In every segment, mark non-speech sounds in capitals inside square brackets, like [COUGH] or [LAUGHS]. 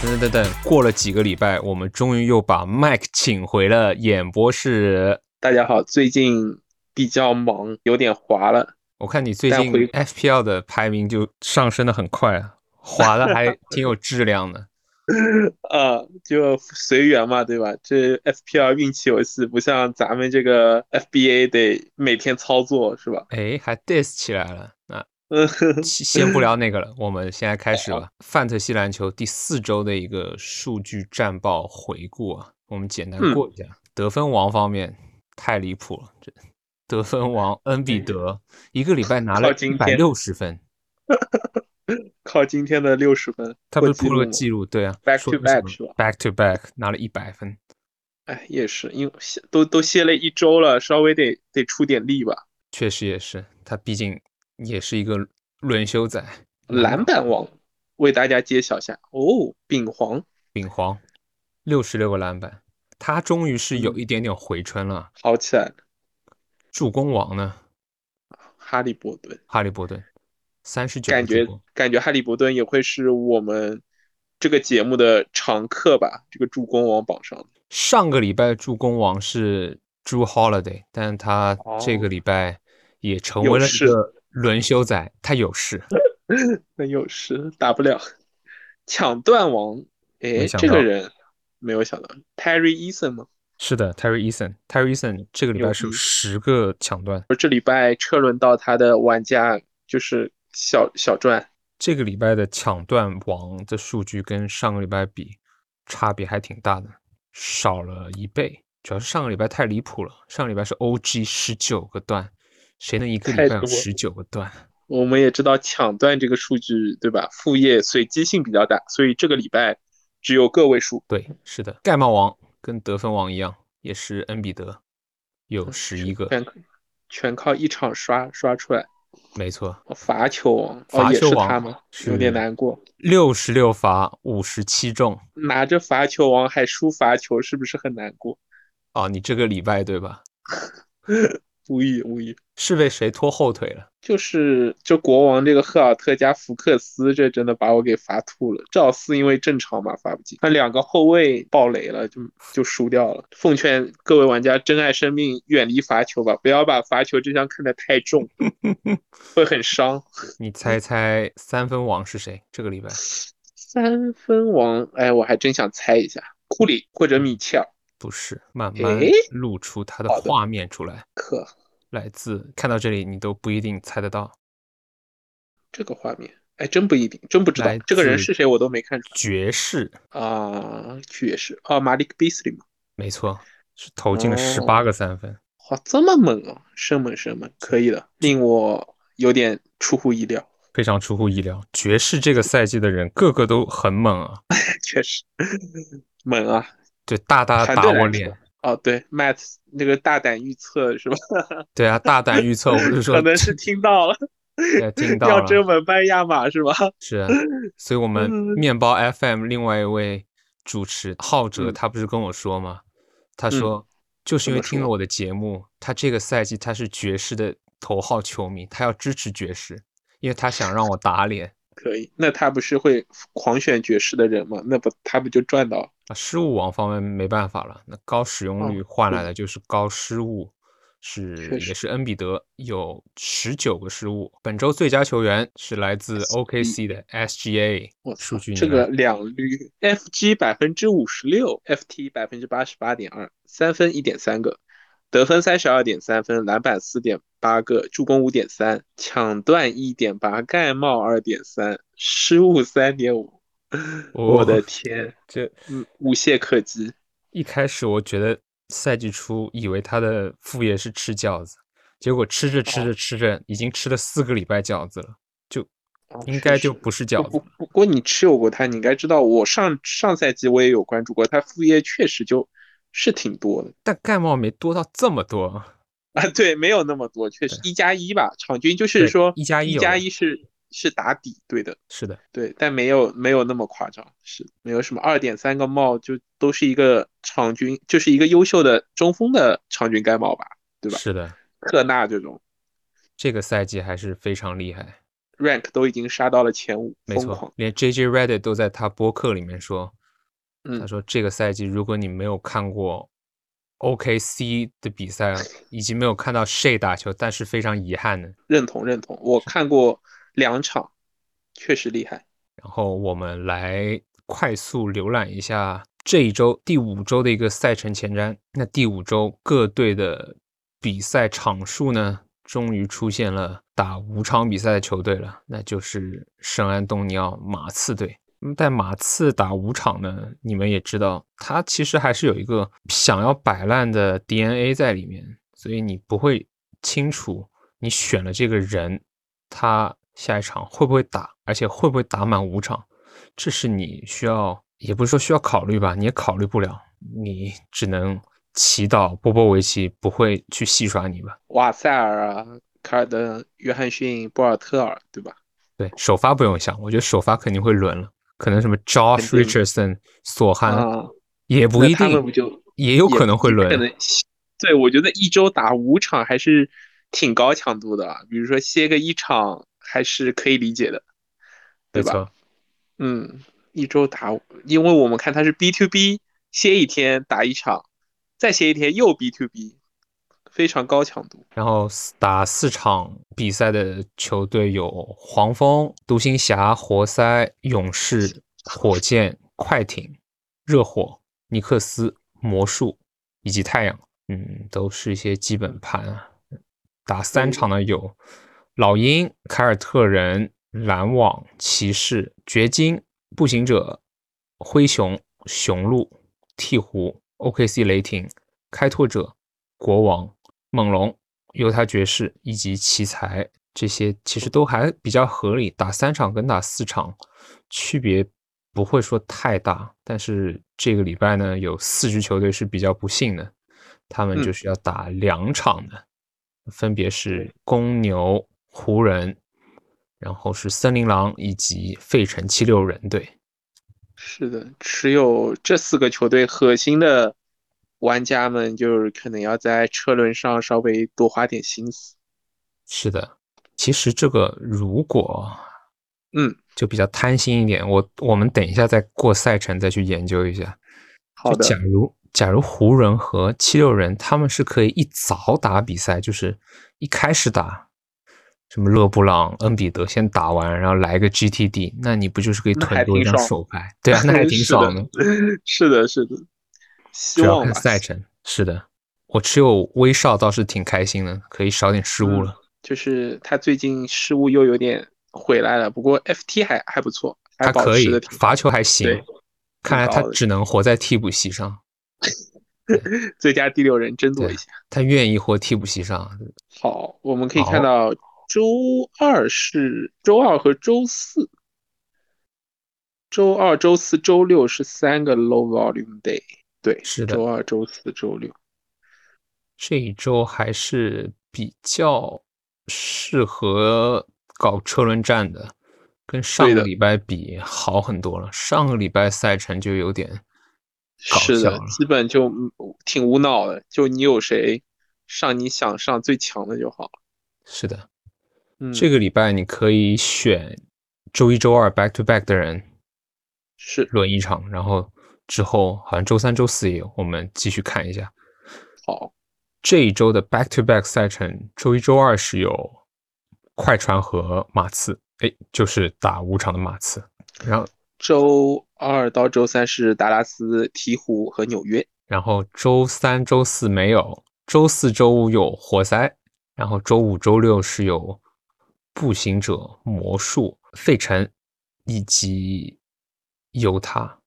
等等等等，过了几个礼拜，我们终于又把 Mike 请回了演播室。大家好，最近比较忙，有点滑了。我看你最但近回 FPL 的排名就上升的很快啊，滑的 [LAUGHS] 还挺有质量的。啊，就随缘嘛，对吧？这 FPL 运气游戏不像咱们这个 FBA 得每天操作，是吧？ [LAUGHS] 哎，还 diss 起来了。那嗯，先先 [LAUGHS] 不聊那个了，我们现在开始吧。范特西篮球第四周的一个数据战报回顾啊，我们简单嗯过一下。得分王方面太离谱了，这得分王恩比德一个礼拜拿了靠一今百天六十分，靠今天的六十分他不破是纪破了录个吗记录？对啊 Back 说 to 什么 back 是吧 Back to back 拿了一百分。哎，也是，因为歇都都歇了一周了，稍微得得出点力吧。确实也是，他毕竟也是一个轮休仔，篮板王为大家揭晓一下哦，丙皇丙皇六十六个篮板，他终于是嗯有一点点回春了。好起来了，助攻王呢，哈利伯顿，哈利伯顿三十九感觉感觉哈利伯顿也会是我们这个节目的常客吧，这个助攻王榜上。上个礼拜助攻王是 Drew Holiday，但他这个哦礼拜也成有为了一事个轮休仔，他有事。那有时打不了。抢断王，没哎，想这到个人没有想到，Terry Eason 吗？是的，Terry Eason，Terry Eason 这个礼拜牛是有逼十个抢断，我这礼拜车轮到他的玩家就是小小赚，这个礼拜的抢断王的数据跟上个礼拜比，差别还挺大的，少了一倍。主要是上个礼拜太离谱了，上个礼拜是 OG 十九个段，谁能一个礼太拜有多了十九个段？我们也知道抢断这个数据对吧？副业随机性比较大，所以这个礼拜只有个位数。对，是的，盖帽王跟得分王一样，也是恩比德，嗯有十一个，全全靠一场刷刷出来。没错，哦罚球王罚哦，也球是王他吗？是有点难过，六十六罚五十七中拿着罚球王还输罚球，是不是很难过？啊！你这个礼拜对吧？无语无语。是被谁拖后腿了？ [LAUGHS] 就是这国王这个赫尔特加福克斯，这真的把我给罚吐了。赵四因为正常嘛罚不进，那两个后卫爆雷了，就就输掉了。奉劝各位玩家珍爱生命，远离罚球吧，不要把罚球这项看得太重，会很伤。你嗯猜猜三分王是谁？这个礼拜？三分王，哎，我还真想猜一下，库里或者米切尔，不是，慢慢诶露出它的好的画面出来，可来自看到这里你都不一定猜得到，这个画面，哎，真不一定，真不知道来这个人自是谁，我都没看出爵士，来啊。爵士啊，马里克·比斯利嘛。没错，是投进了十八哦个三分，哇，这么猛啊！生猛生猛，可以的，令我有点出乎意料。 [LAUGHS] 非常出乎意料。爵士这个赛季的人个个都很猛啊，确实，猛啊！就大大 [LAUGHS] 团打队来我说脸。哦，对，Matt 那个大胆预测是吧？对啊，大胆预测，我就说 [LAUGHS] 可能是听到了，对听到要了，争门班亚马是吧？ [LAUGHS] 是啊，所以我们嗯面包 FM 另外一位主持浩哲，嗯他不是跟我说吗？他嗯说，就是因怎为么听了说我的节目，他这个赛季他是爵士的头号球迷，他要支持爵士，因为他想让我打脸可以，那他不是会狂选爵士的人吗？那不他不就赚到了？啊。失误王方面没办法了，那高使用哦率换来对的就是高失误。是，确也实是恩比德有十九个失误。本周最佳球员是来自 OKC 的 SGA，我数操据，你这来个两率，FG 百分之五十六，FT 百分之八十八点二，三分一点三个，得分三十二点三分，篮板四点八个，助攻五点三，抢断一点八，盖帽二点三，失误三点五，我的天，哦这嗯，无懈可击。一开始我觉得赛季初以为他的副业是吃饺子，结果吃着哦吃着吃着，已经吃了四个礼拜饺子了，就啊哦应确该就实不是不饺子不了。不过你持有过他，你应该知道，我上上赛季我也有关注过他，副业确实就是挺多的但盖帽没多到这么多啊， [LAUGHS] 啊，对，没有那么多，确实一加一吧，场均就是对说一加一一有加的一是是打底，对的，是的，对，但没有没有那么夸张，是没有什么二点三个帽，就都是一个场均，就是一个优秀的中锋的场均盖帽吧，对吧？是的，克纳这种，这个赛季还是非常厉害。 rank 都已经杀到了前五，没疯狂错，。连 JJ Reddit 都在他播客里面说，嗯他说这个赛季如果你没有看过 OKC 的比赛，以及没有看到 Shea 打球，但是非常遗憾的。认同认同，我看过两场，确实厉害。然后我们来快速浏览一下这一周第五周的一个赛程前瞻。那第五周各队的比赛场数呢，终于出现了打五场比赛的球队了，那就是圣安东尼奥马刺队。嗯但马刺打五场呢，你们也知道，他其实还是有一个想要摆烂的 DNA 在里面，所以你不会清楚你选了这个人，他下一场会不会打，而且会不会打满五场，这是你需要，也不是说需要考虑吧，你也考虑不了，你只能祈祷波波维奇不会去戏耍你吧。瓦塞尔啊，卡尔登、约翰逊、博尔特尔，对吧？对，首发不用想，我觉得首发肯定会轮了，可能什么 Josh 肯定 Richardson、索汉、啊，也不那一他定们不就，也有可能会可轮。能对，我觉得一周打五场还是挺高强度的啊，比如说歇个一场还是可以理解的，没对吧？错，嗯，一周打五，因为我们看他是 B to B，歇一天打一场，再歇一天又 B to B，非常高强度。然后四打四场比赛的球队有黄蜂、独行侠、活塞、勇士、火箭、快艇、热火、尼克斯、魔术以及太阳。嗯，都是一些基本盘啊。打三场的有老鹰、凯尔特人、篮网、骑士、掘金、步行者、灰熊、雄鹿、鹈鹕、OKC 雷霆、开拓者、国王、猛龙、犹他爵士以及奇才，这些其实都还比较合理。打三场跟打四场区别不会说太大，但是这个礼拜呢，有四支球队是比较不幸的，他们嗯就是要打两场的，分别是公牛、湖人，然后是森林狼以及费城七六人队。是的，持有这四个球队核心的玩家们，就是可能要在车轮上稍微多花点心思。是的，其实这个如果嗯，就比较贪心一点，我我们等一下再过赛程再去研究一下。好就的假，如假如湖人和七六人他们是可以一早打比赛，就是一开始打，什么勒布朗、恩比德先打完，然后来个 GTD，那你不就是可以那还囤多一挺张爽手 [LAUGHS] 牌？对啊，那还挺是爽的。 [LAUGHS] 是的，是的，希主要望吧看。赛程。是的，我持有威少倒是挺开心的，可以少点失误嗯了。就是他最近失误又有点回来了，不过 FT 还还不错，还他保可持的以挺罚球还行对，看来他挺高的只能活在替补席上。最佳第六人争夺一下。他愿意活替补席上，好，我们可以好看到周二是周二和周四，周二、周四、周六是三个 low volume day。对，是的周二、周四、周六。这一周还是比较适合搞车轮战的，跟上对个的礼拜比好很多了。上个礼拜赛程就有点搞是笑的了，，基本就嗯挺无脑的，就你有谁上你想上最强的就好了。是的。嗯，这个礼拜你可以选周一、周二 back to back 的人是轮一场，然后之后好像周三、周四也有，我们继续看一下好，这一周的 back to back 赛程。周一、周二是有快船和马刺，哎，就是打五场的马刺。然后，周二到周三是达拉斯、鹈鹕和纽约。然后周三、周四没有，周四周五有活塞，然后周五、周六是有步行者、魔术、费城以及犹他。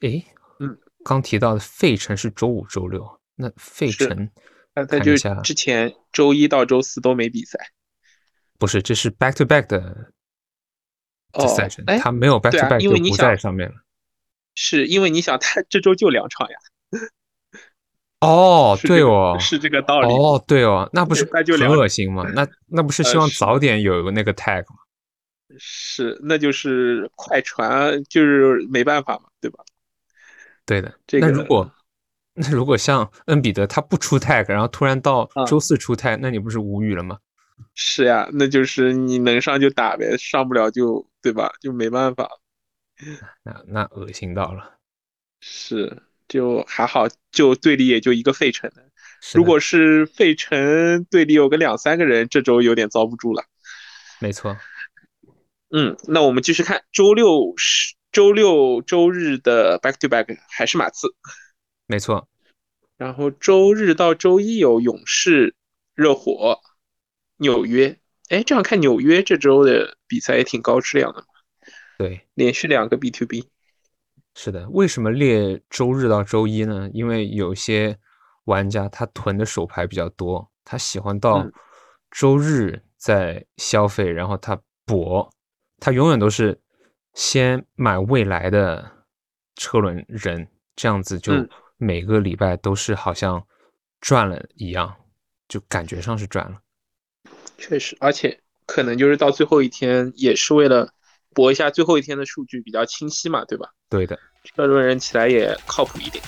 诶，嗯，刚提到的费城是周五、周六，那费是城那他看就一下，之前周一到周四都没比赛。不是，这是 back to back 的哦这赛程，，哎，他没有 back 对 to 啊 back 因为就你不在想上面了。是因为你想，他这周就两场呀，哦，是对这个哦，是这个道理。哦，对哦，那不是对那就很聊恶心吗？那那不是希呃望是早点有那个 tag 吗？是，那就是快船，就是没办法嘛，对吧？对的。这那个如果那如果像恩比德他不出 tag，然后突然到嗯周四出 tag，、那你不是无语了吗？是呀，那就是你能上就打呗，上不了就对吧？就没办法。那那恶心到了。是，就还好，就队里也就一个费城的。是的如果是费城队里有个两三个人，这周有点遭不住了。没错，嗯，那我们继续看周六是周六周日的 back to back 还是马刺，没错，然后周日到周一有勇士、热火、纽约。哎，这样看纽约这周的比赛也挺高质量的，对，连续两个 B to B。是的。为什么列周日到周一呢？因为有些玩家他囤的手牌比较多，他喜欢到嗯周日再消费，然后他搏，他永远都是先买未来的车轮人，这样子就嗯每个礼拜都是好像赚了一样，就感觉上是赚了。确实，而且可能就是到最后一天，也是为了搏一下最后一天的数据比较清晰嘛，对吧？对的，车轮人起来也靠谱一点。